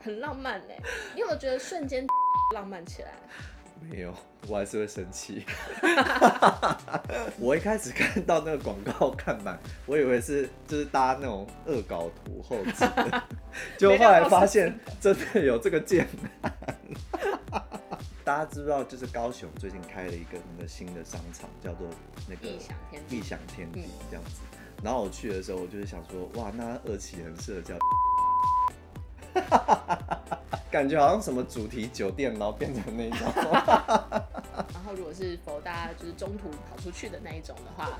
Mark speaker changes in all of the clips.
Speaker 1: 很浪漫哎、你有没有觉得瞬间 浪漫起来？
Speaker 2: 没有，我还是会生气。 我一开始看到那个广告看板，我以为是就是搭那种恶搞图后置 的，结果后来发现真的有这个键盘。 大家知不知道，就是高雄最近开了一个那个新的商场，叫做那个
Speaker 1: 异想天地
Speaker 2: 异想天地这样子。然后我去的时候，我就是想说，哇，那二期很适 合叫，感觉好像什么主题酒店，然后变成那一种。
Speaker 1: 然后如果是否大家就是中途跑出去的那一种的话，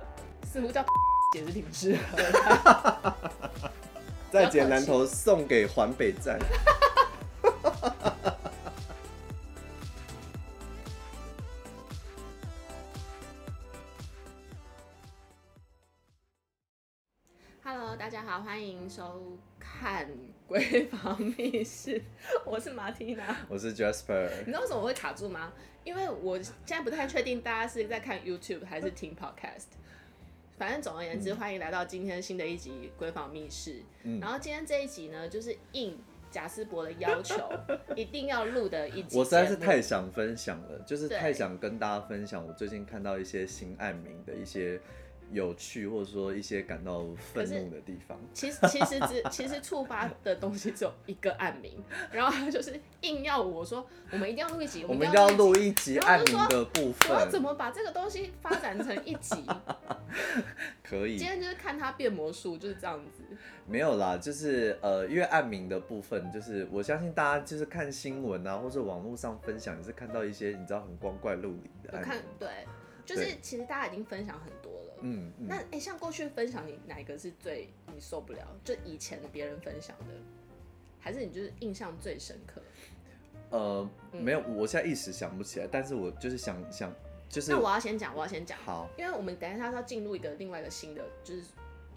Speaker 1: 似乎叫 也是挺适合的。
Speaker 2: 在劫南头送给环北站。
Speaker 1: Hello，大家好，欢迎收看《闺房密室》，我是马缇娜。
Speaker 2: 我是 Jasper，
Speaker 1: 你知道为什么我会卡住吗？因为我现在不太确定大家是在看 YouTube 还是听 Podcast。反正总而言之，欢迎来到今天新的一集《闺房密室》
Speaker 2: 嗯
Speaker 1: 然后今天这一集呢，就是应贾斯伯的要求， 一定要录的一集。
Speaker 2: 我实在是太……想分享了，就是
Speaker 1: 对
Speaker 2: 太想跟大家分享我最近看到一些新案名的一些有趣，或者说一些感到愤怒的地方。
Speaker 1: 其实其实只其实触发的东西只有一个案名，然后他就是硬要我说，我们一定要录一集，
Speaker 2: 我们
Speaker 1: 一定
Speaker 2: 要
Speaker 1: 要
Speaker 2: 录
Speaker 1: 一集。
Speaker 2: 一集
Speaker 1: 然后
Speaker 2: 案
Speaker 1: 就说
Speaker 2: 名的部
Speaker 1: 我要怎
Speaker 2: 分，
Speaker 1: 么把这个东西发展成一 集？
Speaker 2: 可以
Speaker 1: 今天就是看他变魔术，就是这样子。
Speaker 2: 没有啦，就是呃，因为案名的部分，就是我相信大家就是看新闻啊，或者网络上分享，也是看到一些你知道很光怪陆离的
Speaker 1: 我
Speaker 2: 案
Speaker 1: 看
Speaker 2: 名。
Speaker 1: 对，就
Speaker 2: 对
Speaker 1: 是其实大家已经分享很多了。
Speaker 2: 嗯嗯
Speaker 1: 那哎、诶像过去分享，你哪一个是最你受不了？就以前别人分享的，还是你就是印象最深刻？
Speaker 2: 呃，
Speaker 1: 嗯
Speaker 2: 没有，我现在一时想不起来，但是我就是想想，就是
Speaker 1: 那我要先讲，我要先讲，
Speaker 2: 好
Speaker 1: 因为我们等一下要进入一个另外一个新的，就是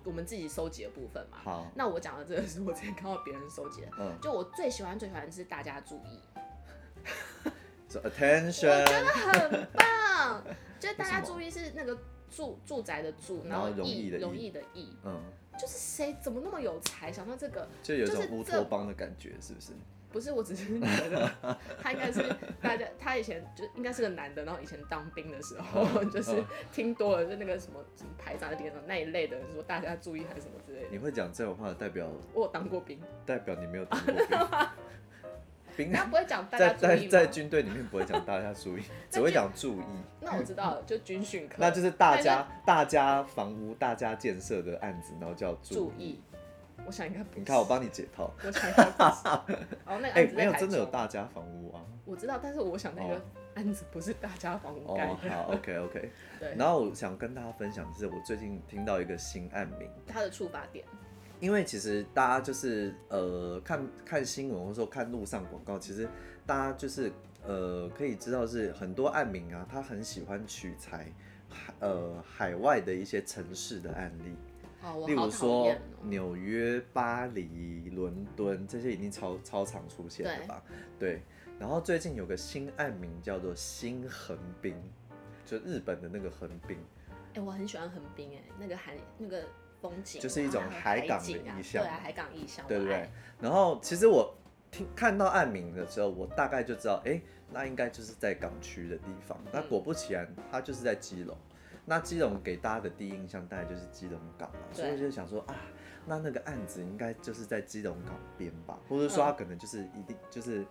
Speaker 1: 我们自己收集的部分嘛。
Speaker 2: 好，
Speaker 1: 那我讲的这个是我之前看到别人收集的，
Speaker 2: 嗯，
Speaker 1: 就我最喜欢最喜欢的是大家注意，我觉
Speaker 2: so
Speaker 1: 得
Speaker 2: attention，
Speaker 1: 很棒，就是大家
Speaker 2: 为什么
Speaker 1: 注意是那个住住宅的住，
Speaker 2: 然后容易
Speaker 1: 易
Speaker 2: 的
Speaker 1: 容
Speaker 2: 易
Speaker 1: 易的易，
Speaker 2: 嗯，
Speaker 1: 就是谁怎么那么有才，想到这个？
Speaker 2: 就有一种
Speaker 1: 就是
Speaker 2: 乌
Speaker 1: 这
Speaker 2: 托邦的感觉，是不是？
Speaker 1: 不是，我只是觉 得他应该是大家，他以前就应该是个男的，然后以前当兵的时
Speaker 2: 嗯
Speaker 1: 候 就是听多了，就那个什么什么排长、连长那一类的人说大家注意还是什么之类的。
Speaker 2: 你会讲这种话，代表
Speaker 1: 我有当过兵，
Speaker 2: 代表你没有当过兵。 兵
Speaker 1: 他不会讲大家
Speaker 2: 在
Speaker 1: 注
Speaker 2: 在
Speaker 1: 意
Speaker 2: 在
Speaker 1: 吗？
Speaker 2: 军队里面不会讲大 家注意，只
Speaker 1: 那
Speaker 2: 会
Speaker 1: 就
Speaker 2: 讲注 意，
Speaker 1: 那我知道了，就军训课。
Speaker 2: 那就是大
Speaker 1: 但
Speaker 2: 家大家房屋大家建设的案子，然后叫注
Speaker 1: 注
Speaker 2: 意。
Speaker 1: 意，我想应该不是。
Speaker 2: 你看我帮你解套，
Speaker 1: 我想应该不是。 然后那个
Speaker 2: 哎，
Speaker 1: 案子在
Speaker 2: 没有
Speaker 1: 台
Speaker 2: 真的有
Speaker 1: 中
Speaker 2: 大家房屋啊。
Speaker 1: 我知道，但是我想那个
Speaker 2: 哦
Speaker 1: 案子不是大家房屋
Speaker 2: 哦
Speaker 1: 盖，的。
Speaker 2: 好，OK OK。
Speaker 1: 对，
Speaker 2: 然后我想跟大家分享，就是我最近听到一个新案名，
Speaker 1: 他的触发点，
Speaker 2: 因为其实大家就是呃看看新闻或者说看路上广告，其实大家就是呃可以知道是很多案名啊，他很喜欢取材海呃海外的一些城市的案例，
Speaker 1: 哦，我
Speaker 2: 例
Speaker 1: 好
Speaker 2: 如
Speaker 1: 讨
Speaker 2: 说
Speaker 1: 厌哦。
Speaker 2: 纽约、巴黎、伦敦这些已经超超常出现了吧？对。然后最近有个新案名叫做新横滨，就日本的那个横滨。
Speaker 1: 哎、我很喜欢横滨，哎，那个海那个风景，
Speaker 2: 就是一种
Speaker 1: 然后
Speaker 2: 海
Speaker 1: 海
Speaker 2: 港的
Speaker 1: 景啊
Speaker 2: 意象
Speaker 1: 对啊，海港意象，
Speaker 2: 对不
Speaker 1: 我
Speaker 2: 对
Speaker 1: 爱？
Speaker 2: 然后其实我听看到案名的时候，我大概就知道，哎，那应该就是在港区的地方。那
Speaker 1: 嗯
Speaker 2: 果不其然，它就是在基隆。那基隆给大家的第一印象，大概就是基隆港嘛，所
Speaker 1: 对
Speaker 2: 以我就想说啊，那那个案子应该就是在基隆港边吧，或者
Speaker 1: 嗯
Speaker 2: 说它可能就是一定就是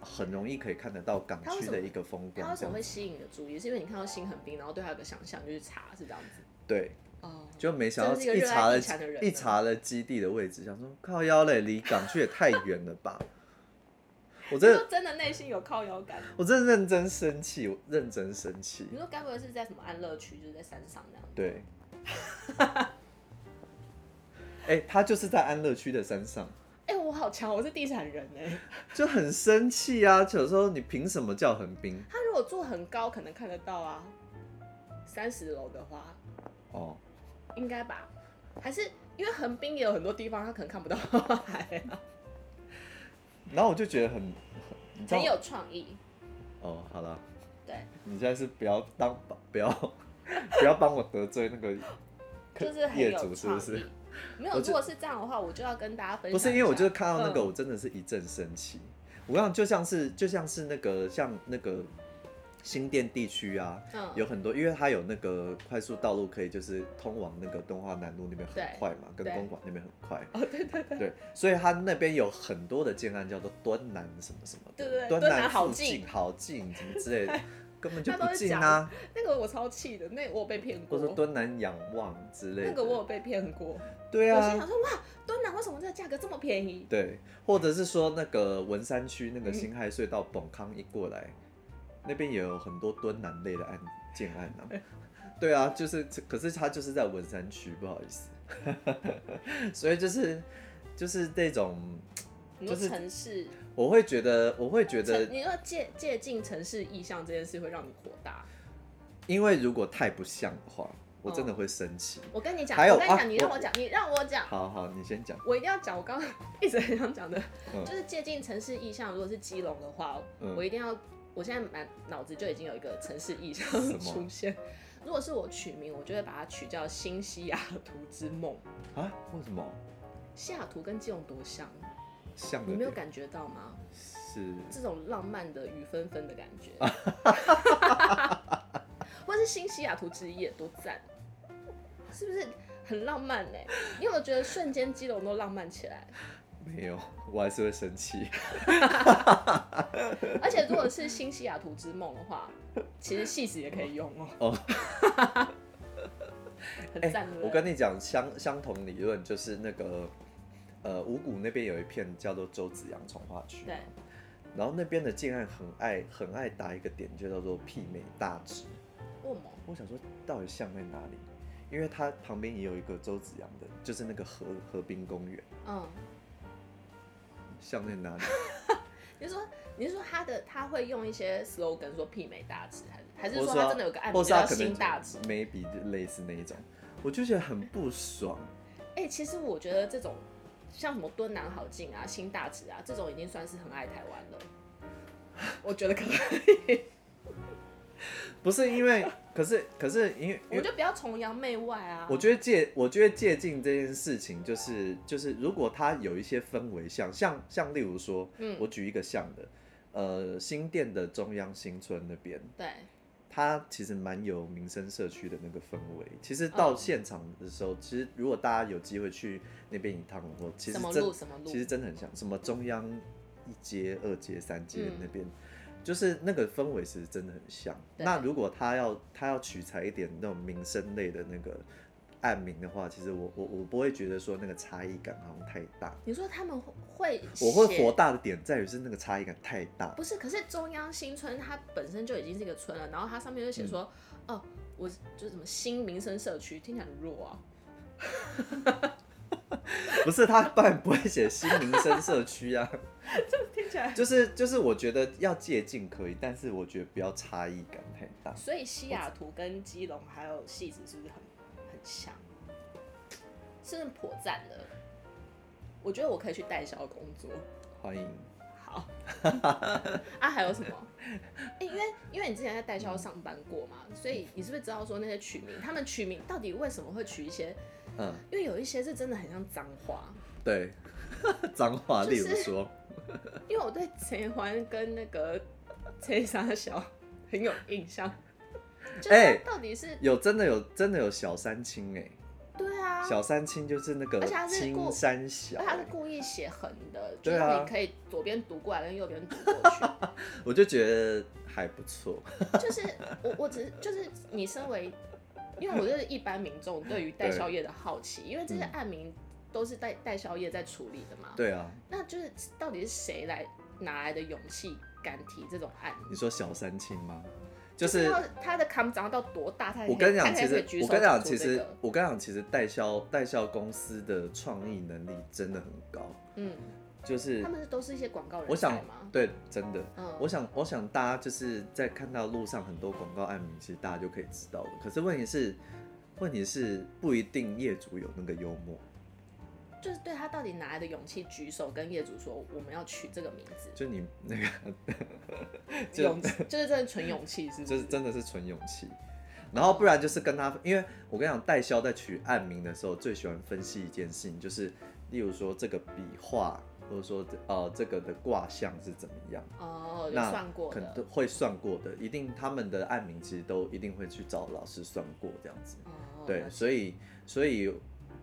Speaker 2: 很容易可以看得到港
Speaker 1: 它为
Speaker 2: 区
Speaker 1: 什么
Speaker 2: 的一个风光
Speaker 1: 它为
Speaker 2: 这
Speaker 1: 什么
Speaker 2: 样。
Speaker 1: 会吸引你的注意？是因为你看到新横滨，然后对它有个想象，就去查，是这样子。
Speaker 2: 对，
Speaker 1: 哦，
Speaker 2: 就没想到
Speaker 1: 真是一个热爱
Speaker 2: 查了
Speaker 1: 地产的人呢
Speaker 2: 一查了基地的位置，想说靠腰嘞，离港区也太远了吧。我真的
Speaker 1: 就真的内心有靠腰感。
Speaker 2: 我真的认真生气，我认真生气
Speaker 1: 你。说该不会是在什么安乐区，就是在山上那样？
Speaker 2: 对， 哎、他就是在安乐区的山上，
Speaker 1: 哎、我好强，我是地产人哎。
Speaker 2: 就很生气啊！有时候你凭什么叫横滨？
Speaker 1: 他如果住很高，可能看得到啊，三十楼的话，
Speaker 2: 哦，
Speaker 1: 应该吧？还是因为横滨也有很多地方，他可能看不到海、
Speaker 2: 哦
Speaker 1: 啊，
Speaker 2: 然后我就觉得很，你知道
Speaker 1: 很有创意。
Speaker 2: 哦，好了，
Speaker 1: 对，
Speaker 2: 你现在是不要 当不要不要帮我得罪那个
Speaker 1: 就是很
Speaker 2: 业
Speaker 1: 有
Speaker 2: 主，是
Speaker 1: 创
Speaker 2: 不
Speaker 1: 意。
Speaker 2: 是？
Speaker 1: 没有，
Speaker 2: 我
Speaker 1: 如
Speaker 2: 就
Speaker 1: 果是这样的话，我就要跟大家分享一下。
Speaker 2: 不是因为我就是看到那个，
Speaker 1: 嗯
Speaker 2: 我真的是一阵生气。我想就像是就像是那个像那个新店地区啊，
Speaker 1: 嗯
Speaker 2: 有很多，因为它有那个快速道路可以就是通往那个东华南路那边很
Speaker 1: 对
Speaker 2: 快嘛，跟
Speaker 1: 对
Speaker 2: 公馆那边很快。哦，对对对。所以它那边有很多的建案叫做端南什么什么的，
Speaker 1: 对对对
Speaker 2: 端
Speaker 1: 敦南
Speaker 2: 南
Speaker 1: 好
Speaker 2: 附
Speaker 1: 近
Speaker 2: 近好近什么之类 的，根本就
Speaker 1: 那
Speaker 2: 不
Speaker 1: 都是
Speaker 2: 近
Speaker 1: 假
Speaker 2: 啊，
Speaker 1: 那个我超气的，那我有被骗
Speaker 2: 或
Speaker 1: 过
Speaker 2: 者。说敦南仰望之类的。
Speaker 1: 那个我有被骗过，
Speaker 2: 对
Speaker 1: 我心
Speaker 2: 啊
Speaker 1: 想，说哇，敦南为什么这个价格这么便宜？
Speaker 2: 对，或者是说那个文山区那个
Speaker 1: 嗯
Speaker 2: 辛亥隧道本康一过来，那边也有很多敦南类的案件案啊。对啊，就是，可是他就是在文山区，不好意思， 所以就是就是这种，
Speaker 1: 你说
Speaker 2: 就是
Speaker 1: 城市，
Speaker 2: 我会觉得，我会觉
Speaker 1: 城
Speaker 2: 得，
Speaker 1: 你说借借近城市意向这件事会让你火大。
Speaker 2: 因为如果太不像的话，我
Speaker 1: 嗯
Speaker 2: 真的会生气。
Speaker 1: 我跟你讲，
Speaker 2: 还有
Speaker 1: 我跟你
Speaker 2: 啊
Speaker 1: 讲，你让我讲，你让
Speaker 2: 我
Speaker 1: 我讲，
Speaker 2: 好好，你先讲，
Speaker 1: 我一定要讲。我刚刚一直很想讲的，
Speaker 2: 嗯
Speaker 1: 就是接近城市意向，如果是基隆的话，
Speaker 2: 嗯
Speaker 1: 我一定要，我现在满脑子就已经有一个城市意向
Speaker 2: 什么
Speaker 1: 出现。如果是我取名，我就会把它取叫新西雅图之梦。
Speaker 2: 啊？为什么
Speaker 1: 西雅图跟基隆多像，
Speaker 2: 像
Speaker 1: 你
Speaker 2: 了
Speaker 1: 没有
Speaker 2: 点
Speaker 1: 感觉到吗？
Speaker 2: 是
Speaker 1: 这种浪漫的雨纷纷的感 觉，或是新西雅图之夜多赞，是不是很浪漫呢、你有没有觉得瞬间基隆都浪漫起来？
Speaker 2: 没有， 我还是会生气。
Speaker 1: 而且如果是新西雅图之梦的话，其实戏子也可以用哦。
Speaker 2: 哦 哎
Speaker 1: 很赞、对不对
Speaker 2: 我跟你讲，相相同理论就是那个，呃，五谷那边有一片叫做周子阳从化区，
Speaker 1: 对，
Speaker 2: 然后那边的建案很爱很爱打一个点，就叫做媲美大直。
Speaker 1: 为什么？
Speaker 2: 我想说，到底像在哪里？因为它旁边也有一个周子阳的，就是那个河河滨公园，
Speaker 1: 嗯，
Speaker 2: 像在哪里？
Speaker 1: 你是说你是说他的他会用一些 slogan 说媲美大直，还是还是
Speaker 2: 或
Speaker 1: 说
Speaker 2: 是
Speaker 1: 他
Speaker 2: 它
Speaker 1: 真的有个案
Speaker 2: 或
Speaker 1: 名
Speaker 2: 是它
Speaker 1: 叫
Speaker 2: 可能
Speaker 1: 新大直？
Speaker 2: maybe 就类似那一种，我就觉得很不爽。
Speaker 1: 哎、其实我觉得这种像什么敦南好进啊、新大直啊，这种已经算是很爱台湾 了。我觉得可能，
Speaker 2: 不是因为，可是可是因为因
Speaker 1: 我
Speaker 2: 为
Speaker 1: 们就不要崇洋媚外啊。
Speaker 2: 我觉得借，我觉得借镜这件事情，就是就是，如果它有一些氛围像，像像例如说，
Speaker 1: 嗯
Speaker 2: 我举一个像的，呃，新店的中央新村那边，
Speaker 1: 对，
Speaker 2: 它其实蛮有民生社区的那个氛围。其实到
Speaker 1: 嗯
Speaker 2: 现场的时候，其实如果大家有机会去那边一趟的话，其实
Speaker 1: 什么
Speaker 2: 真
Speaker 1: 路什么路
Speaker 2: 其，实真的很像，什么中央一街、二街、三街
Speaker 1: 嗯
Speaker 2: 那边，就是那个氛围其实真的很像。
Speaker 1: 对
Speaker 2: 那如果他要他要取材一点那种民生类的那个案名的话，其实我我我不会觉得说那个差异感好像太大。
Speaker 1: 你说他们会
Speaker 2: 我会
Speaker 1: 写
Speaker 2: 火大的点在于是那个差异感太大，
Speaker 1: 不是，可是中央新村它本身就已经是一个村了，然后它上面就写说，哦，我就是什么新民生社区，听起来很弱啊。
Speaker 2: 不是他当然不会写新民生社区啊，
Speaker 1: 听起来。
Speaker 2: 就是就是我觉得要借镜可以，但是我觉得不要差异感太大。
Speaker 1: 所以西雅图跟基隆还有戏子是不是很很像？是颇赞的。我觉得我可以去代销工作。
Speaker 2: 欢迎，
Speaker 1: 好。啊，还有什么？哎因为因为你之前在代销上班过嘛，所以你是不是知道说那些取名，他们取名到底为什么会取一些？
Speaker 2: 嗯，
Speaker 1: 因为有一些是真的很像脏话。
Speaker 2: 对， 脏话，
Speaker 1: 就
Speaker 2: 例
Speaker 1: 是
Speaker 2: 如说，
Speaker 1: 因为我对陈欢跟那个 崔沙小很有印象，就是
Speaker 2: 哎
Speaker 1: 他到底是、
Speaker 2: 有真的有真的有小三清哎、
Speaker 1: 对啊，
Speaker 2: 小三清就是那个
Speaker 1: 而且它是
Speaker 2: 青
Speaker 1: 故
Speaker 2: 山小
Speaker 1: 而
Speaker 2: 欸
Speaker 1: 且，他是故意写横的，就
Speaker 2: 对
Speaker 1: 是
Speaker 2: 啊
Speaker 1: 让你可以左边读过来跟右边读过去。
Speaker 2: 我就觉得还不错。
Speaker 1: 就是我我只是就是你身为，因为我就是一般民众对于代销业的好奇，因为这些
Speaker 2: 嗯
Speaker 1: 案名都是代代销业在处理的嘛，
Speaker 2: 对啊，
Speaker 1: 那就是到底是谁来哪来的勇气敢提这种案？
Speaker 2: 你说小三清吗？就
Speaker 1: 就是
Speaker 2: 是
Speaker 1: 要他的扛长到多大，他才
Speaker 2: 我
Speaker 1: 可
Speaker 2: 跟你
Speaker 1: 以
Speaker 2: 讲，
Speaker 1: 他
Speaker 2: 其
Speaker 1: 才可以
Speaker 2: 实
Speaker 1: 举
Speaker 2: 我
Speaker 1: 手
Speaker 2: 跟你讲，
Speaker 1: 做
Speaker 2: 其
Speaker 1: 这
Speaker 2: 实
Speaker 1: 个
Speaker 2: 我跟你讲，其实代销代销公司的创意能力真的很高，
Speaker 1: 嗯，
Speaker 2: 就是
Speaker 1: 他们是都是一些广告人
Speaker 2: 我
Speaker 1: 才
Speaker 2: 想
Speaker 1: 吗？
Speaker 2: 对，真的。
Speaker 1: 嗯
Speaker 2: 我想，我想大家就是在看到路上很多广告案名，其实大家就可以知道了。可是问题是，问题是不一定业主有那个幽默。
Speaker 1: 就是对他到底哪来的勇气举手跟业主说我们要取这个名字？
Speaker 2: 就你那个，就
Speaker 1: 勇气就是真的纯勇气，是不
Speaker 2: 就是
Speaker 1: 是？
Speaker 2: 真的是纯勇气。然后不然就是跟他，因为我跟你讲，代销在取案名的时候，最喜欢分析一件事情，就是例如说这个笔画，或者说呃这个的卦象是怎么样。
Speaker 1: 哦，有
Speaker 2: 那
Speaker 1: 算过
Speaker 2: 可能都
Speaker 1: 的，
Speaker 2: 会算过的，一定他们的案名其实都一定会去找老师算过这样子。
Speaker 1: 哦，
Speaker 2: 对，所以所以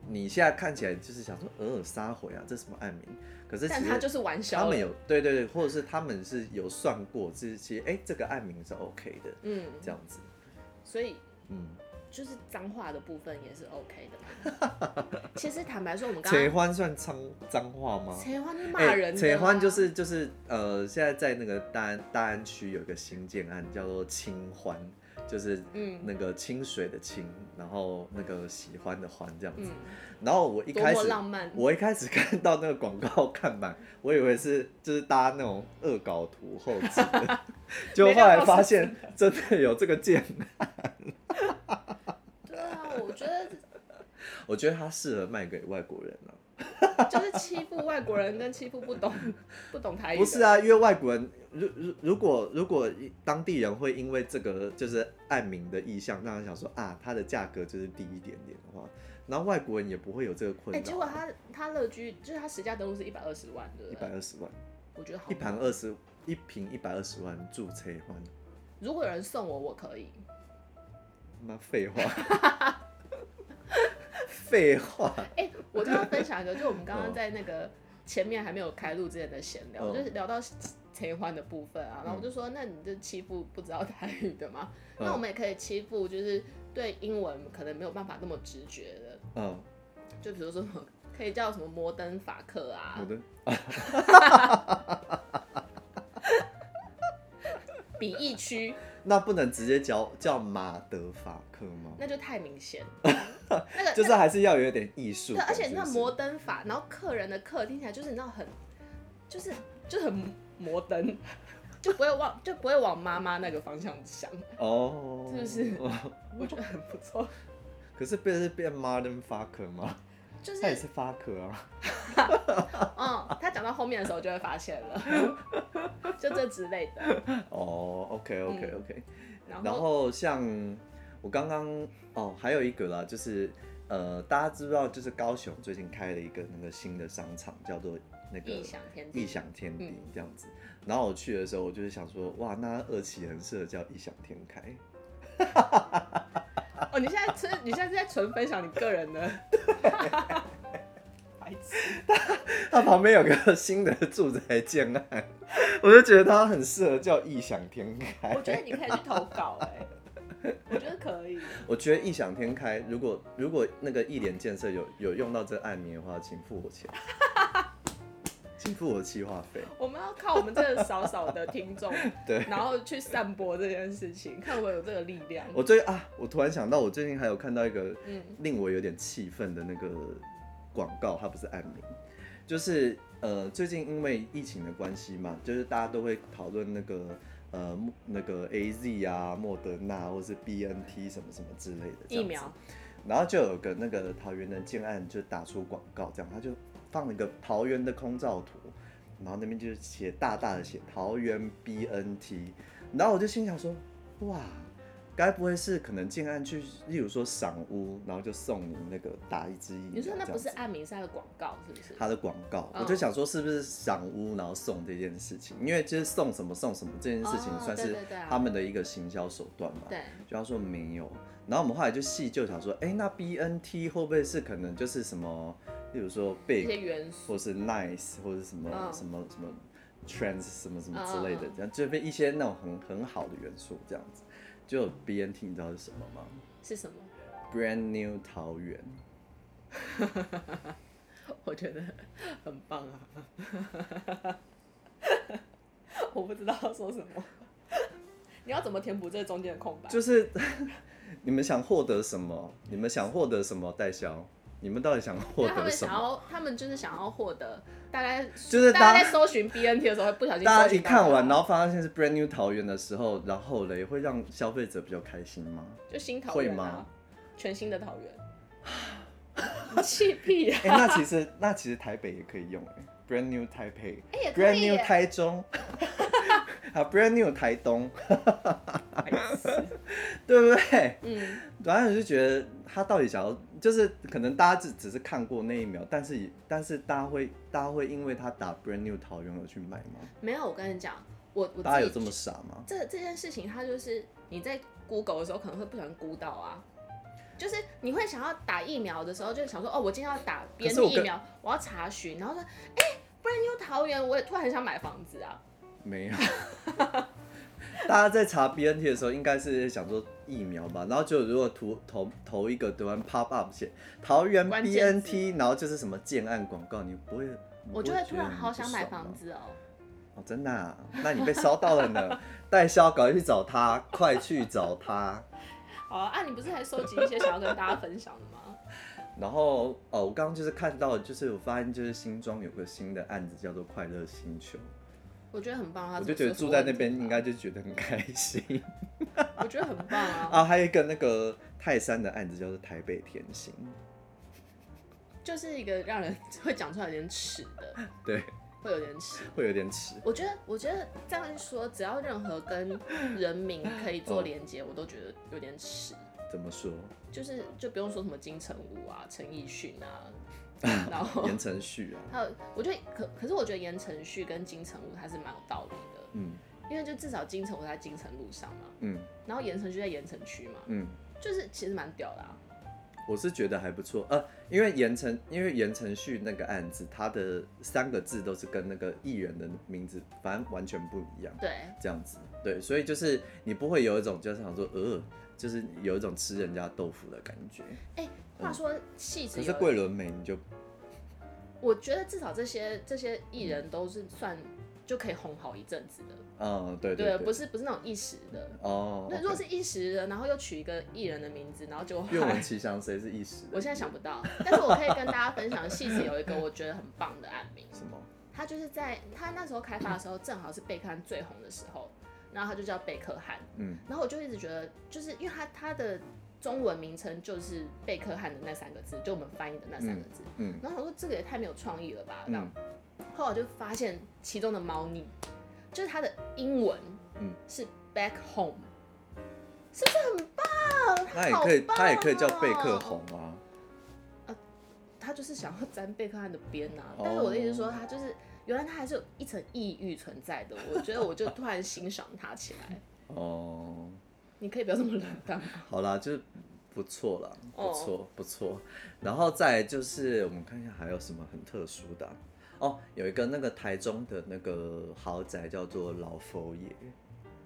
Speaker 2: 你现在看起来就是想说尔尔杀回啊，这什么案名？可是其
Speaker 1: 但他
Speaker 2: 实
Speaker 1: 就是玩
Speaker 2: 他
Speaker 1: 笑
Speaker 2: 们
Speaker 1: 了，
Speaker 2: 有对对对，或者是他们是有算过，这其实哎、这个案名是 OK 的
Speaker 1: 嗯，
Speaker 2: 这样子。
Speaker 1: 所以
Speaker 2: 嗯，
Speaker 1: 就是脏话的部分也是 OK 的嘛。 其实坦白说，我们刚
Speaker 2: 扯
Speaker 1: 刚
Speaker 2: 欢算脏脏话吗？
Speaker 1: 扯欢就是骂人的啊，
Speaker 2: 扯欢哎就是就是呃，现在在那个大安大安区有一个新建案叫做清欢，就是
Speaker 1: 嗯
Speaker 2: 那个清水的清，然后那个喜欢的欢这样子。
Speaker 1: 嗯，
Speaker 2: 然后我一
Speaker 1: 多
Speaker 2: 开
Speaker 1: 么
Speaker 2: 始
Speaker 1: 浪漫，
Speaker 2: 我一开始看到那个广告看板，我以为是就是搭那种恶搞图后置 的，结果后来发现真的有这个键。
Speaker 1: 对啊，我觉得
Speaker 2: 我觉得它适合卖给外国人啊。
Speaker 1: 就是欺负外国人跟欺负不懂不懂台语，
Speaker 2: 不是，啊，因为外国人如如如果如果当地人会因为这个就是按名的意向，让人想说啊，它的价格就是低一点点的话，然后外国人也不会有这个困
Speaker 1: 哎、结
Speaker 2: 扰
Speaker 1: 果
Speaker 2: 啊。
Speaker 1: 他他乐居就是他实价登录是一百二十万，对
Speaker 2: 一
Speaker 1: 不
Speaker 2: 百
Speaker 1: 对？
Speaker 2: 二十万，
Speaker 1: 我觉得好
Speaker 2: 一盘二十，一瓶一百二十万，注册换，
Speaker 1: 如果有人送我，我可以。
Speaker 2: 妈废话， 废话，
Speaker 1: 哎、我就要分享一个，就我们刚刚在那个前面还没有开录之前的闲聊，
Speaker 2: 嗯
Speaker 1: 就是聊到陈欢的部分啊，然后我就说，那你就欺负不知道台语的吗？那我
Speaker 2: 嗯
Speaker 1: 们也可以欺负，就是对英文可能没有办法那么直觉的，
Speaker 2: 嗯，
Speaker 1: 就比如说什么可以叫什么摩登法克啊
Speaker 2: 我，的
Speaker 1: 比翼区，
Speaker 2: 那不能直接叫叫马德法克吗？
Speaker 1: 那就太明显。 那个
Speaker 2: 就是还是要有点艺术
Speaker 1: 对，
Speaker 2: 感，
Speaker 1: 而且那
Speaker 2: 是不是
Speaker 1: 摩登法，然后客人的客听起来就是你知道很，就是就很摩登，就不会往就不会往妈妈那个方向想，
Speaker 2: 哦，
Speaker 1: 是不是？我觉得很不错，
Speaker 2: 可是变是变 modern fucker 吗？
Speaker 1: 就
Speaker 2: 他也
Speaker 1: 是
Speaker 2: 是 fucker 啊。
Speaker 1: 嗯，他讲到后面的时候就会发现了， 就这之类的。
Speaker 2: 哦、o k OK OK、
Speaker 1: 嗯然
Speaker 2: 然
Speaker 1: 后
Speaker 2: 后像我刚刚哦，还有一个啦，就是呃，大家知不知道，就是高雄最近开了一个那个新的商场，叫做那个
Speaker 1: 异想天
Speaker 2: 异
Speaker 1: 地，
Speaker 2: 想天地
Speaker 1: 嗯
Speaker 2: 这样子。然后我去的时候，我就是想说，哇，那二期很适合叫异想天开。
Speaker 1: 哦，你现在是你现在是在纯分享你个人的， 白痴，
Speaker 2: 它旁边有个新的住宅建案， 我就觉得它很适合叫异想天开。
Speaker 1: 我觉得你可以去投稿哎、我觉得可以，
Speaker 2: 我觉得异想天开，如果如果那个一联建设有有用到这案名的话，请付我钱，请付我计划费。
Speaker 1: 我们要靠我们这少少的听众，
Speaker 2: 对
Speaker 1: 然后去散播这件事情，看我有这个力量。
Speaker 2: 我最啊，我突然想到，我最近还有看到一个
Speaker 1: 嗯，
Speaker 2: 令我有点气愤的那个广告，它不是案名，就是呃，最近因为疫情的关系嘛，就是大家都会讨论那个呃莫那个 A Z 啊、莫德纳或是 B N T 什么什么之类的这
Speaker 1: 疫
Speaker 2: 样子
Speaker 1: 苗，
Speaker 2: 然后就有个那个桃园的建案就打出广告，这样他就放了一个桃园的空照图，然后那边就是写大大的写桃园 BNT，然后我就心想说，哇，该不会是可能建案去，例如说赏屋，然后就送你那个打一支疫苗，
Speaker 1: 你说那不
Speaker 2: 这
Speaker 1: 是
Speaker 2: 样子
Speaker 1: 暗名下的广告是不是？
Speaker 2: 他的广告，
Speaker 1: 嗯
Speaker 2: 我就想说是不是赏屋然后送这件事情，因为就是送什么送什么这件事情
Speaker 1: 哦
Speaker 2: 算
Speaker 1: 对
Speaker 2: 是
Speaker 1: 对对啊
Speaker 2: 他们的一个行销手段嘛，
Speaker 1: 对，
Speaker 2: 就他说没有，然后我们后来就细究想说，哎、那 BNT 会不会是可能就是什么，例如说
Speaker 1: 一些
Speaker 2: big
Speaker 1: 元素
Speaker 2: 或是 nice 或是什么、
Speaker 1: 嗯
Speaker 2: 什么什么 trans 什么什么之类的
Speaker 1: 嗯嗯，
Speaker 2: 这样就被一些那种很很好的元素这样子。就 BNT 你知道是什么吗
Speaker 1: 是什么？
Speaker 2: ？Brand New 桃园，
Speaker 1: 我觉得很棒啊！ 我不知道要说什么，你要怎么填补这中间的空白？
Speaker 2: 就是你们想获得什么？你们想获得什么代销？你们到底想获
Speaker 1: 因为他
Speaker 2: 得
Speaker 1: 们
Speaker 2: 什
Speaker 1: 想
Speaker 2: 么？
Speaker 1: 要，他们就是想要获得大家，
Speaker 2: 就是
Speaker 1: 大
Speaker 2: 大
Speaker 1: 家在搜寻 BNT 的时候，会不小心
Speaker 2: 大
Speaker 1: 搜
Speaker 2: 家一
Speaker 1: 寻到
Speaker 2: 看
Speaker 1: 它
Speaker 2: 完，然后发现是 Brand New 桃园的时候，然后嘞，会让消费者比较开心吗？
Speaker 1: 就新桃
Speaker 2: 会
Speaker 1: 园、啊、
Speaker 2: 吗
Speaker 1: 全新的桃园， 你气屁啊！
Speaker 2: 哎、那 其实那其实台北也可以用哎、b r a n d New 台北、
Speaker 1: 哎、也
Speaker 2: b r
Speaker 1: 可
Speaker 2: a n
Speaker 1: 以
Speaker 2: d New
Speaker 1: 耶，
Speaker 2: 台中，啊，Brand New 台东，
Speaker 1: 白痴
Speaker 2: 对不对？
Speaker 1: 嗯，
Speaker 2: 反正我就觉得他到底想要，就是可能大家只只是看过那一秒，但是也但是大家会大家会因为他打 brand new 桃园而去买吗？
Speaker 1: 没有，我跟你讲，我我
Speaker 2: 大家有
Speaker 1: 自
Speaker 2: 这
Speaker 1: 己
Speaker 2: 么傻吗？
Speaker 1: 这这件事情，它就是你在 Google 的时候可能会不小心估到啊，就是你会想要打疫苗的时候，就想说哦，我今天要打
Speaker 2: 可
Speaker 1: B
Speaker 2: 是
Speaker 1: N
Speaker 2: 我
Speaker 1: T 疫
Speaker 2: 跟
Speaker 1: 苗，我要查询，然后说，哎、不然 New 桃园，我也突然很想买房子啊，
Speaker 2: 没有。大家在查 BNT 的时候，应该是想说疫苗吧，然后就如果图投投一个台湾 pop up 写桃园
Speaker 1: 关键字
Speaker 2: BNT，然后就是什么建案广告，你不会，你不
Speaker 1: 我就会
Speaker 2: 嗯觉
Speaker 1: 突
Speaker 2: 得
Speaker 1: 然
Speaker 2: 很
Speaker 1: 好
Speaker 2: 不
Speaker 1: 想买
Speaker 2: 爽啊吗
Speaker 1: 房子哦。
Speaker 2: 哦，真的啊、那你被烧到了 呢，代销赶快去找他，快去找他。
Speaker 1: 好啊，啊你不是还收集一些想要跟大家分享的吗？
Speaker 2: 然后哦，我刚刚就是看到，就是我发现就是新庄有个新的案子叫做快乐星球，
Speaker 1: 我觉得很棒啊，
Speaker 2: 我
Speaker 1: 怎
Speaker 2: 就
Speaker 1: 么
Speaker 2: 觉得
Speaker 1: 说服
Speaker 2: 住在
Speaker 1: 我
Speaker 2: 那边
Speaker 1: 的
Speaker 2: 应该就觉得很开心。
Speaker 1: 我觉得很棒啊，
Speaker 2: 啊，还有一个那个泰山的案子叫做台北甜心，
Speaker 1: 就是一个让人 会讲出来有点耻的，
Speaker 2: 对，
Speaker 1: 会有点耻。
Speaker 2: 会有点迟。
Speaker 1: 我觉得，我觉得这样一说，只要任何跟人民可以
Speaker 2: 嗯
Speaker 1: 做连接，我都觉得有点耻。
Speaker 2: 怎么说？
Speaker 1: 就是就不用说什么金城武啊、陈奕迅 啊，然后
Speaker 2: 言承旭啊，
Speaker 1: 还有，我觉得可可是我觉得言承旭跟金城武还是蛮有道理的，
Speaker 2: 嗯
Speaker 1: 因为就至少金城武在金城路上嘛，
Speaker 2: 嗯
Speaker 1: 然后言承旭在盐城区嘛，
Speaker 2: 嗯，
Speaker 1: 就是其实蛮屌的啊。
Speaker 2: 我是觉得还不错。呃，因为言承因为言承旭那个案子，他的三个字都是跟那个艺人的名字，反正完全不一样。
Speaker 1: 对，
Speaker 2: 这样子，对，所以就是你不会有一种就是想说，呃，就是有一种吃人家豆腐的感觉。
Speaker 1: 哎、话说戏子
Speaker 2: 嗯可
Speaker 1: 有
Speaker 2: 是桂纶镁你就
Speaker 1: 我觉得至少这些这些艺人都是算就可以红好一阵子的，
Speaker 2: 嗯，对
Speaker 1: 对，
Speaker 2: 对，
Speaker 1: 不是不是那种一时的。
Speaker 2: 哦，
Speaker 1: 那如果是一时的，然后又取一个艺人的名字，然后就
Speaker 2: 愿闻其详，谁是一时的？
Speaker 1: 我现在想不到，但是我可以跟大家分享，戏子有一个我觉得很棒的案名，
Speaker 2: 什么？
Speaker 1: 他就是在他那时候开发的时候，正好是贝克汉最红的时候，然后他就叫贝克汉，
Speaker 2: 嗯，
Speaker 1: 然后我就一直觉得，就是因为他他的中文名称就是贝克汉的那三个字，就我们翻译的那三个字，
Speaker 2: 嗯，
Speaker 1: 然后我说这个也太没有创意了吧，这样，后来我就发现其中的猫腻，就是它的英文，
Speaker 2: 嗯，
Speaker 1: 是 back home，是不是很棒？
Speaker 2: 那也可以，
Speaker 1: 它好棒
Speaker 2: 他也可以叫贝克
Speaker 1: 哦
Speaker 2: 红啊。
Speaker 1: 他就是想要沾贝克汉的边呐、啊
Speaker 2: 哦
Speaker 1: 但是我的意思是说，他就是原来他还是有一层抑郁存在的。我觉得我就突然欣赏他起来。
Speaker 2: 哦，
Speaker 1: 你可以不要这么冷淡啊吗？
Speaker 2: 好啦，就是不错啦，
Speaker 1: 哦
Speaker 2: 不错、不错。然后再来就是我们看一下还有什么很特殊的啊、哦，有一个那个台中的那个豪宅叫做老佛爷，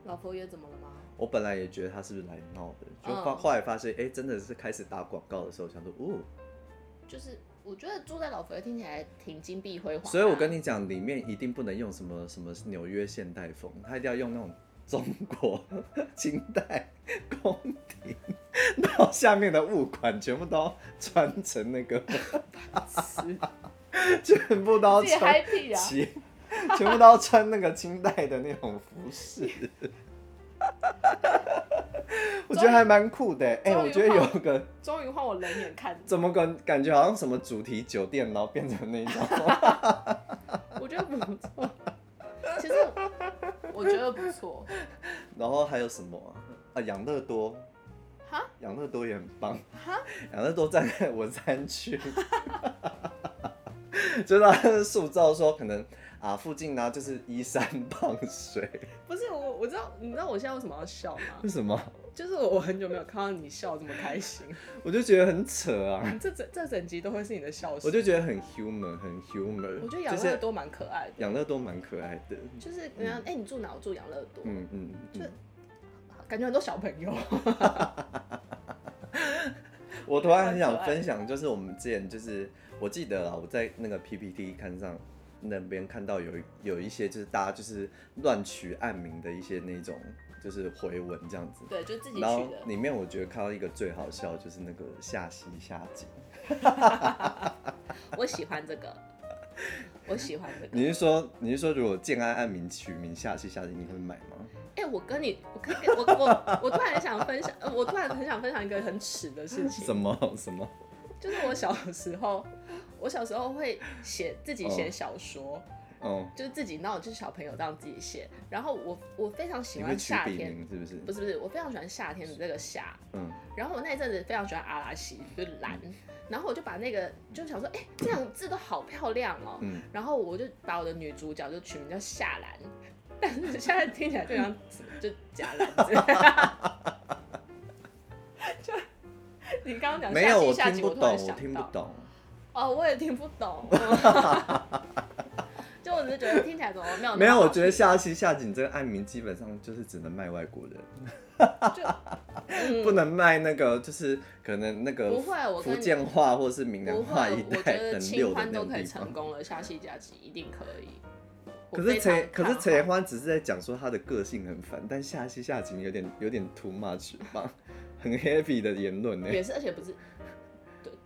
Speaker 1: 老佛爷怎么了吗？
Speaker 2: 我本来也觉得他是不是来闹的，就
Speaker 1: 嗯
Speaker 2: 发后来发现，哎、真的是开始打广告的时候，想说，哦，
Speaker 1: 就是我觉得住在老佛爷听起来挺金碧辉煌的啊、
Speaker 2: 所以我 跟你讲，里面一定不能用什么什么纽约现代风，它一定要用那种中国清代宫廷，然后下面的物管全部都穿成那个， 全部都要
Speaker 1: 自己
Speaker 2: 穿
Speaker 1: happy 啊！
Speaker 2: 旗，全部都要穿那个清代的那种服饰。 我觉得还蛮酷的，哎、
Speaker 1: 终于
Speaker 2: 我觉得
Speaker 1: 换
Speaker 2: 有个
Speaker 1: 终于换我冷眼 看你，
Speaker 2: 怎么感感觉好像什么主题酒店，然后变成那种，
Speaker 1: 我觉得不错。其实我我觉得不错。
Speaker 2: 然后还有什么啊？啊养乐多，
Speaker 1: 哈
Speaker 2: 养乐多也很棒
Speaker 1: 哈，
Speaker 2: 养乐多站在文山区， 就是他塑造说可能啊附近呢、就是依山傍水，
Speaker 1: 不是我，我知道，你知道我现在为什么要笑吗？
Speaker 2: 为什么？
Speaker 1: 就是我我很久没有看到你笑这么开心，
Speaker 2: 我就觉得很扯啊，
Speaker 1: 这整这整集都会是你的笑声
Speaker 2: 我。就觉得很 humor，很 humor，
Speaker 1: 我觉得
Speaker 2: 就
Speaker 1: 养乐
Speaker 2: 是
Speaker 1: 多蛮可爱的，
Speaker 2: 养乐多蛮可爱的，
Speaker 1: 就是人家哎、你住哪？我住养乐多，
Speaker 2: 嗯嗯
Speaker 1: 就
Speaker 2: 嗯，
Speaker 1: 感觉很多小朋友。
Speaker 2: 我突然
Speaker 1: 蛮
Speaker 2: 很
Speaker 1: 可
Speaker 2: 想
Speaker 1: 爱
Speaker 2: 分享，就是我们之前就是我记得啦，啊我在那个 PPT 看上那边看到有一有一些就是大家就是乱取案名的一些那种就是回文这样子，
Speaker 1: 对，就自己
Speaker 2: 然
Speaker 1: 取
Speaker 2: 后
Speaker 1: 的。
Speaker 2: 里面我觉得看到一个最好笑，就是那个夏西夏景。
Speaker 1: 我喜欢这个，我喜欢这个。
Speaker 2: 你是说你是说如果建安案名取名夏西夏景，你会买吗？
Speaker 1: 哎、我跟你，我跟我我我突然很想分享，呃我突然很想分享一个很耻的事情
Speaker 2: 什，么什么？
Speaker 1: 就是我小时候，我小时候会写自己写
Speaker 2: 哦
Speaker 1: 小说，
Speaker 2: 哦，
Speaker 1: 就是自己闹，就是小朋友这样自己写。然后我我非常喜
Speaker 2: 你会
Speaker 1: 欢
Speaker 2: 取
Speaker 1: 夏
Speaker 2: 笔
Speaker 1: 天，
Speaker 2: 名是不是？
Speaker 1: 不是不是，我非常喜欢夏天的这个夏。
Speaker 2: 嗯，
Speaker 1: 然后我那一阵子非常喜欢阿拉西，就是蓝。然后我就把那个就想说，哎、这两字都好漂亮哦。
Speaker 2: 嗯
Speaker 1: 然后我就把我的女主角就取名叫夏兰，但是现在听起来就像就假兰 子。就你刚刚讲
Speaker 2: 没
Speaker 1: 夏
Speaker 2: 有，
Speaker 1: 季
Speaker 2: 我
Speaker 1: 夏
Speaker 2: 听
Speaker 1: 季，
Speaker 2: 不
Speaker 1: 突然
Speaker 2: 懂，我
Speaker 1: 想
Speaker 2: 听不
Speaker 1: 到。
Speaker 2: 懂。
Speaker 1: 哦，我也听不 懂。就我只是觉得听起来怎么嗯没有那么好听
Speaker 2: 没有，我觉得夏西夏景这个案名基本上就是只能卖外国 人，
Speaker 1: 嗯
Speaker 2: 不能卖那个就是可能那个
Speaker 1: 不会我跟
Speaker 2: 福
Speaker 1: 你
Speaker 2: 建话或是闽南
Speaker 1: 不
Speaker 2: 话
Speaker 1: 会，
Speaker 2: 一
Speaker 1: 我觉
Speaker 2: 带
Speaker 1: 得
Speaker 2: 很
Speaker 1: 清
Speaker 2: 溜的
Speaker 1: 欢
Speaker 2: 那
Speaker 1: 都
Speaker 2: 种
Speaker 1: 可以
Speaker 2: 地
Speaker 1: 成
Speaker 2: 方。
Speaker 1: 功了，下戏假期一定可以。我
Speaker 2: 可是
Speaker 1: 非
Speaker 2: 陈
Speaker 1: 常
Speaker 2: 可是
Speaker 1: 看
Speaker 2: 陈
Speaker 1: 好
Speaker 2: 欢只是在讲说他的个性很烦，但夏西夏景有点有点 too much 吧，很 heavy 的言论呢。
Speaker 1: 也是，而且不是，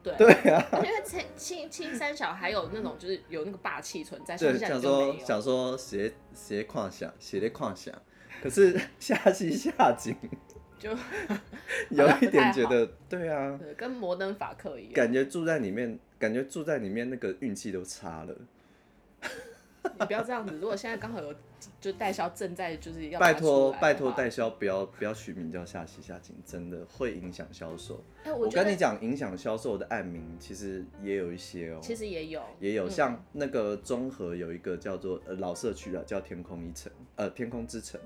Speaker 1: 对对
Speaker 2: 对啊，
Speaker 1: 而且因为青青青山小还有那种就是有那个霸气存在，
Speaker 2: 对，
Speaker 1: 像现
Speaker 2: 想
Speaker 1: 在就
Speaker 2: 说
Speaker 1: 没有
Speaker 2: 想说斜斜框下斜的框下，可是夏西夏景
Speaker 1: 就
Speaker 2: 有
Speaker 1: 好像
Speaker 2: 一
Speaker 1: 不
Speaker 2: 点
Speaker 1: 太
Speaker 2: 觉
Speaker 1: 好
Speaker 2: 得对啊，
Speaker 1: 对跟摩登法克一样，
Speaker 2: 感觉住在里面，感觉住在里面那个运气都差了。
Speaker 1: 你不要这样子。如果现在刚好有就代销正在就是要
Speaker 2: 拜
Speaker 1: 拿
Speaker 2: 托
Speaker 1: 出来的
Speaker 2: 拜托
Speaker 1: 话，
Speaker 2: 代销不要不要取名叫夏西夏景，真的会影响销售。
Speaker 1: 哎，
Speaker 2: 我
Speaker 1: 我觉
Speaker 2: 跟
Speaker 1: 得
Speaker 2: 你讲，影响销售的案名其实也有一些哦、
Speaker 1: 其实也有
Speaker 2: 也有
Speaker 1: 嗯
Speaker 2: 像那个中和有一个叫做呃老社区啊，叫天空一层，呃天空之城，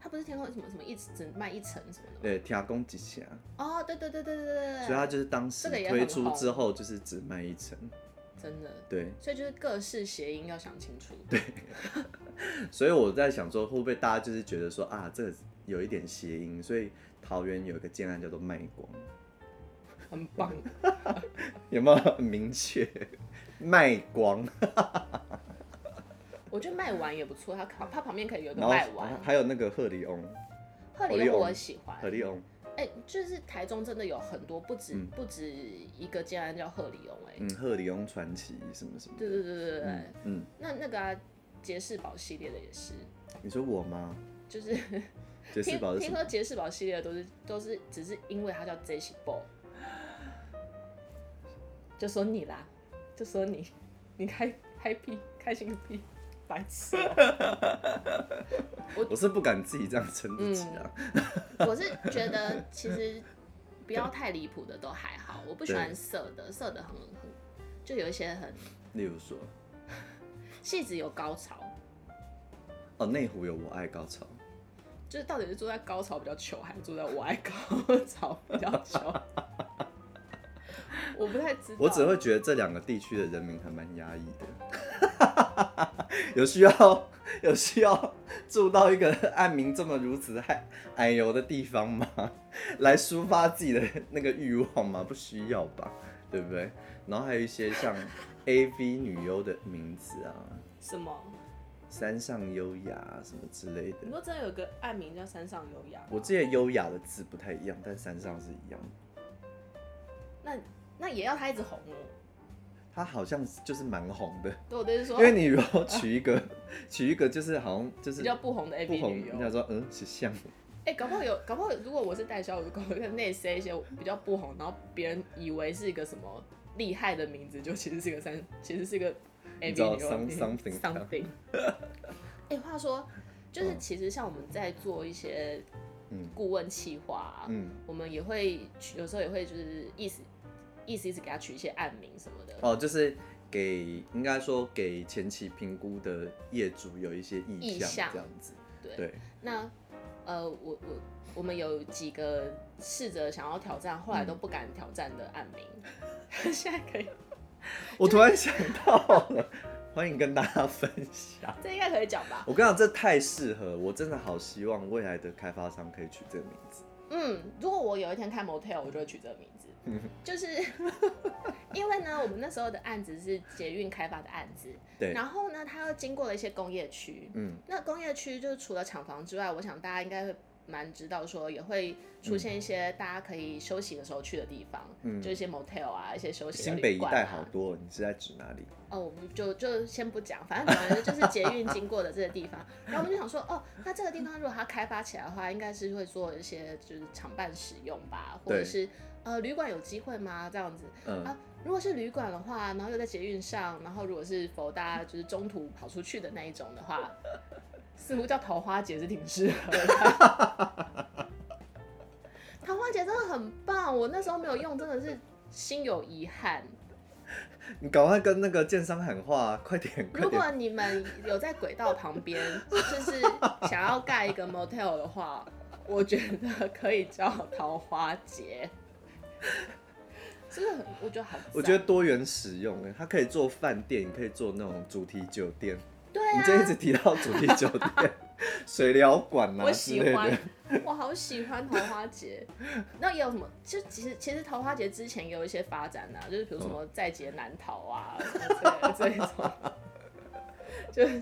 Speaker 1: 它不是天空什么什么一只只卖一层什么的吗
Speaker 2: 对天空之城，
Speaker 1: 哦，对对对对对对
Speaker 2: 所以它就是当时
Speaker 1: 这个也
Speaker 2: 推
Speaker 1: 很
Speaker 2: 出
Speaker 1: 红
Speaker 2: 之后就是只卖一层，
Speaker 1: 真的，
Speaker 2: 对，
Speaker 1: 所以就是各式谐音要想清楚。对，
Speaker 2: 所以我在想说会不会大家就是觉得说啊这个有一点谐音，所以桃园有一个建案叫做卖光，
Speaker 1: 很棒。
Speaker 2: 有没有很明确？ 卖光，
Speaker 1: 我觉得卖完也不错，它旁它旁边可以有一个
Speaker 2: 然后
Speaker 1: 卖完。
Speaker 2: 还有那个赫里翁，
Speaker 1: 赫
Speaker 2: 荷里
Speaker 1: 里
Speaker 2: 翁
Speaker 1: 我喜欢，
Speaker 2: 赫里翁，
Speaker 1: 哎、就是台中真的有很多，不止、
Speaker 2: 嗯
Speaker 1: 不止一个建安叫贺里翁、哎、
Speaker 2: 嗯，赫里翁传奇什么什么
Speaker 1: 对
Speaker 2: 的，
Speaker 1: 对对对对对，
Speaker 2: 嗯嗯，
Speaker 1: 那那个啊，杰士堡系列的也是，
Speaker 2: 你说我吗？
Speaker 1: 就是
Speaker 2: 杰士
Speaker 1: 听
Speaker 2: 堡是什
Speaker 1: 听
Speaker 2: 么？
Speaker 1: 说杰士堡系列的都是都是只是因为它叫 Jesse Ball，就说你啦，就说你，你开开屁，开心个屁，白痴哦、
Speaker 2: 我是不敢自己这样称自己啊。
Speaker 1: 嗯我是觉得其实不要太离谱的都还好，我不喜欢色的，色的很很就有一些很
Speaker 2: 例如说，
Speaker 1: 戏子有高潮，
Speaker 2: 哦，内湖有我爱高潮，
Speaker 1: 就是到底是住在高潮比较糗，还是住在我爱高潮比较糗？ 我不太知道，
Speaker 2: 我只会觉得这两个地区的人民还蛮压抑的， 有需要有需要住到一个暗民这么如此矮矮油的地方吗？ 来抒发自己的那个欲望吗？不需要吧，对不对？然后还有一些像 A V 女优的名字啊，
Speaker 1: 什么？
Speaker 2: 山上优雅啊什么之类
Speaker 1: 你
Speaker 2: 的。
Speaker 1: 说真的有个暗名叫山上优雅，
Speaker 2: 我记得优雅的字不太一样，但山上是一样的。
Speaker 1: 那那也要他一直红哦。
Speaker 2: 它好像就是蛮红的，
Speaker 1: 对，我的意思是说，
Speaker 2: 因为你如果取一个 取一个，就是好像就是
Speaker 1: 比较不红的 A
Speaker 2: 不
Speaker 1: B
Speaker 2: 红，
Speaker 1: 女
Speaker 2: 人家
Speaker 1: 优，
Speaker 2: 说嗯是像，
Speaker 1: 哎、搞不好有，搞不好如果我是代销，我就搞一个内塞一些比较不红，然后别人以为是一个什么厉害的名字，就其实是一个山，其实是 一个 A
Speaker 2: 你
Speaker 1: B
Speaker 2: 知道
Speaker 1: 女优
Speaker 2: some- something
Speaker 1: something。哎、话说，就是
Speaker 2: 嗯
Speaker 1: 其实像我们在做一些
Speaker 2: 嗯
Speaker 1: 顾问企划、啊，
Speaker 2: 嗯
Speaker 1: 我们也会取有时候也会就是意思意思意思给他取一些暗名什么的。
Speaker 2: 哦，就是给应该说给前期评估的业主有一些意
Speaker 1: 意
Speaker 2: 向
Speaker 1: 向
Speaker 2: 这样子，
Speaker 1: 对
Speaker 2: 对，
Speaker 1: 那呃，我我我们有几个试着想要挑战，后来都
Speaker 2: 嗯
Speaker 1: 不敢挑战的案名， 现在可以，
Speaker 2: 我突然想到了， 欢迎跟大家分享。
Speaker 1: 这应该可以讲吧？
Speaker 2: 我跟你讲，这太适合，我真的好希望未来的开发商可以取这个名字。
Speaker 1: 嗯，如果我有一天开 motel，我就会取这个名字，
Speaker 2: 嗯
Speaker 1: 就是因为呢，我们那时候的案子是捷运开发的案子，
Speaker 2: 对，
Speaker 1: 然后呢，它又经过了一些工业区，
Speaker 2: 嗯，
Speaker 1: 那工业区就是除了厂房之外，我想大家应该会蛮知道说也会出现
Speaker 2: 嗯
Speaker 1: 一些大家可以休息的时候去的地方，嗯，就一些 motel 啊，一些休息的
Speaker 2: 新
Speaker 1: 旅
Speaker 2: 北一
Speaker 1: 馆
Speaker 2: 带
Speaker 1: 啊
Speaker 2: 好多，你是在指哪里？
Speaker 1: 哦，我们就就先不讲，反正总而言之就是捷运经过的这个地方，然后我们就想说，哦，那这个地方如果它开发起来的话，应该是会做一些就是常办使用吧，或者
Speaker 2: 对
Speaker 1: 是呃旅馆有机会吗？这样子
Speaker 2: 嗯
Speaker 1: 啊，如果是旅馆的话，然后又在捷运上，然后如果是否大家就是中途跑出去的那一种的话，似乎叫桃花节是挺适合的。桃花节真的很棒，我那时候没有用，真的是心有遗憾。
Speaker 2: 你赶快跟那个建商喊话、啊快点，快
Speaker 1: 如
Speaker 2: 点！
Speaker 1: 果你们有在轨道旁边， 就是想要盖一个 motel 的话，我觉得可以叫桃花节，真的很，我觉得好赞。
Speaker 2: 我觉得多元使用，哎它可以做饭店，也可以做那种主题酒店。
Speaker 1: 对
Speaker 2: 你今天一直
Speaker 1: 啊，
Speaker 2: 提到主题酒店、水疗馆啦
Speaker 1: 我
Speaker 2: 之
Speaker 1: 喜
Speaker 2: 类
Speaker 1: 欢
Speaker 2: 的，，
Speaker 1: 我好喜欢桃花节。 那也有什么？就其实其实桃花节之前也有一些发展啊，就是比如什么在劫难逃啊， 这这一种， 就是。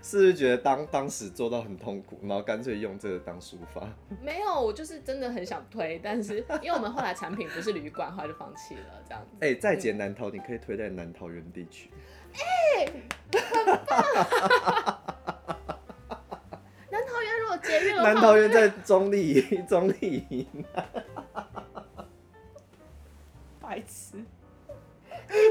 Speaker 2: 是不是觉得当当时做到很痛苦，然后干脆用这个当抒发？
Speaker 1: 没有，我就是真的很想推，但是因为我们后来产品不是旅馆，后来就放弃了这样子。
Speaker 2: 哎、在劫难逃，你可以推在南桃园地区。
Speaker 1: 南桃园如果捷运的话，
Speaker 2: 南桃园在中立， 中立。
Speaker 1: 白痴。哎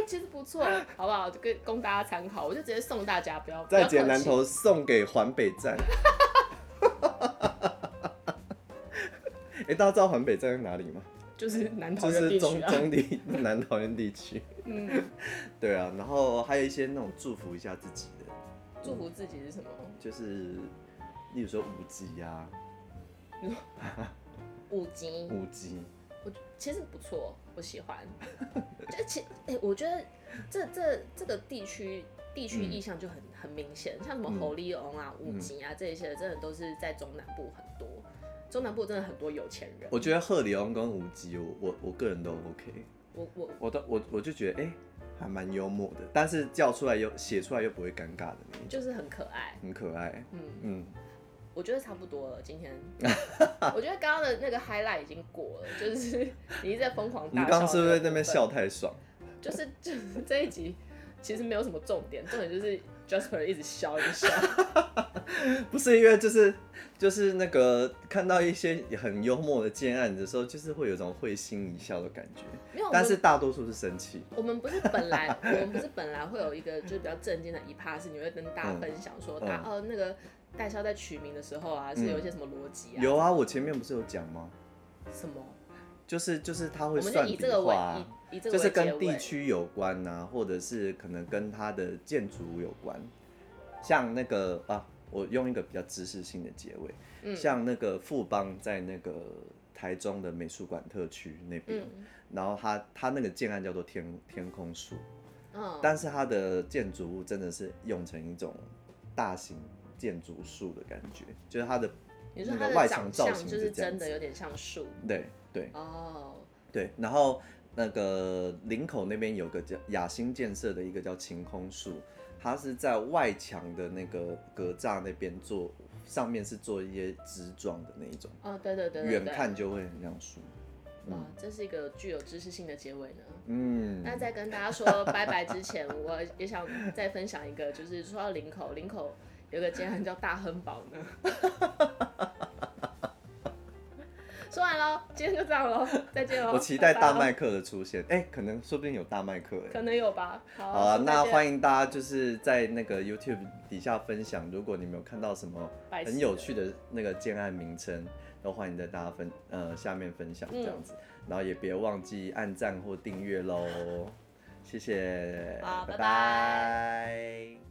Speaker 1: 其实不错，好不好？就跟供大家参考，我就直接送大家，不要
Speaker 2: 在劫南。
Speaker 1: 不要客气
Speaker 2: 头送给环北站。 哎、大家知道环北站在哪里吗？
Speaker 1: 就是南桃
Speaker 2: 就
Speaker 1: 园地区
Speaker 2: 是中
Speaker 1: 啊，
Speaker 2: 中立南桃园地区。
Speaker 1: 嗯，
Speaker 2: 对啊，然后还有一些那种祝福一下自己的，
Speaker 1: 祝福自己是什么？
Speaker 2: 就是例如说五级呀、
Speaker 1: 五级，
Speaker 2: 五级，
Speaker 1: 我其实不错，我喜欢。 就其哎、我觉得这这这个地区地区
Speaker 2: 嗯
Speaker 1: 意向就很很明显，像什么
Speaker 2: 嗯
Speaker 1: 侯利翁啊、五级啊这一些，真的都是在中南部很多。中南部真的很多有钱人，
Speaker 2: 我觉得贺里翁跟五级，我我我个人都 OK，
Speaker 1: 我我
Speaker 2: 我都我我就觉得哎、诶还蛮幽默的，但是叫出来又写出来又不会尴尬的那一种，
Speaker 1: 就是很可爱。
Speaker 2: 很可爱。
Speaker 1: 嗯，
Speaker 2: 嗯，
Speaker 1: 我觉得差不多了。今 天，我觉得刚刚的那个 highlight 已经过了，就是你一直在疯狂
Speaker 2: 我们
Speaker 1: 大笑。
Speaker 2: 刚刚是不是在那边？笑太爽？
Speaker 1: 就是就是这一集其实没有什么重点，重点就是 Jasper 一直笑一直笑。
Speaker 2: 不是因为就是就是那个看到一些很幽默的建案的时候，就是会有一种会心一笑的感觉，
Speaker 1: 没有，我
Speaker 2: 但
Speaker 1: 们
Speaker 2: 是大多数是生气。
Speaker 1: 我们不是本来，我们不是本来会有一个就是比较正经的一趴，是你会跟大家分享说，
Speaker 2: 嗯
Speaker 1: 大哦那个代销在取名的时候啊，是有一些什么逻辑啊，
Speaker 2: 有啊，我前面不是有讲吗？
Speaker 1: 什么，
Speaker 2: 就是就是他
Speaker 1: 我
Speaker 2: 会
Speaker 1: 们就
Speaker 2: 算
Speaker 1: 以
Speaker 2: 笔
Speaker 1: 这个为
Speaker 2: 画、啊，
Speaker 1: 以以这个
Speaker 2: 就
Speaker 1: 为
Speaker 2: 是
Speaker 1: 结
Speaker 2: 跟地
Speaker 1: 尾。
Speaker 2: 区有关啊，或者是可能跟它的建筑有关。像那个啊，我用一个比较知识性的结尾，
Speaker 1: 嗯
Speaker 2: 像那个富邦在那个台中的美术馆特区那边，
Speaker 1: 嗯
Speaker 2: 然后它它那个建案叫做天天空树，
Speaker 1: 嗯，
Speaker 2: 但是它的建筑物真的是用成一种大型建筑树的感觉，就是它的
Speaker 1: 你说
Speaker 2: 那
Speaker 1: 它
Speaker 2: 个
Speaker 1: 的
Speaker 2: 外
Speaker 1: 长
Speaker 2: 墙造
Speaker 1: 相
Speaker 2: 型
Speaker 1: 就是是
Speaker 2: 这样
Speaker 1: 真的
Speaker 2: 子
Speaker 1: 有点像树
Speaker 2: 对对
Speaker 1: 哦，
Speaker 2: 对，然后那个林口那边有个叫雅兴建设的一个叫晴空树，它是在外墙的那个格栅那边做，上面是做一些枝状的那一种，
Speaker 1: 哦对对对对
Speaker 2: 远
Speaker 1: 对，
Speaker 2: 看嗯就会很像树。
Speaker 1: 哇，这是一个具有知识性的结尾呢。
Speaker 2: 嗯，
Speaker 1: 那在跟大家 说拜拜之前，我也想再分享一个，就是说到林口，林口有个街案叫大亨堡呢。说完喽，今天就这样喽，再见喽。
Speaker 2: 我期待
Speaker 1: 拜拜咯
Speaker 2: 大麦克的出现，哎、可能说不定有大麦克哎、
Speaker 1: 可能哦有吧。好，
Speaker 2: 好啊，那欢
Speaker 1: 迎
Speaker 2: 迎大家就是在那个 YouTube 底下分享，如果你们有看到什么很有趣的那个建案名称，都欢迎在大家分呃下面分享这样子，然后也别忘记按赞或订阅喽，谢谢，
Speaker 1: 好拜拜
Speaker 2: 拜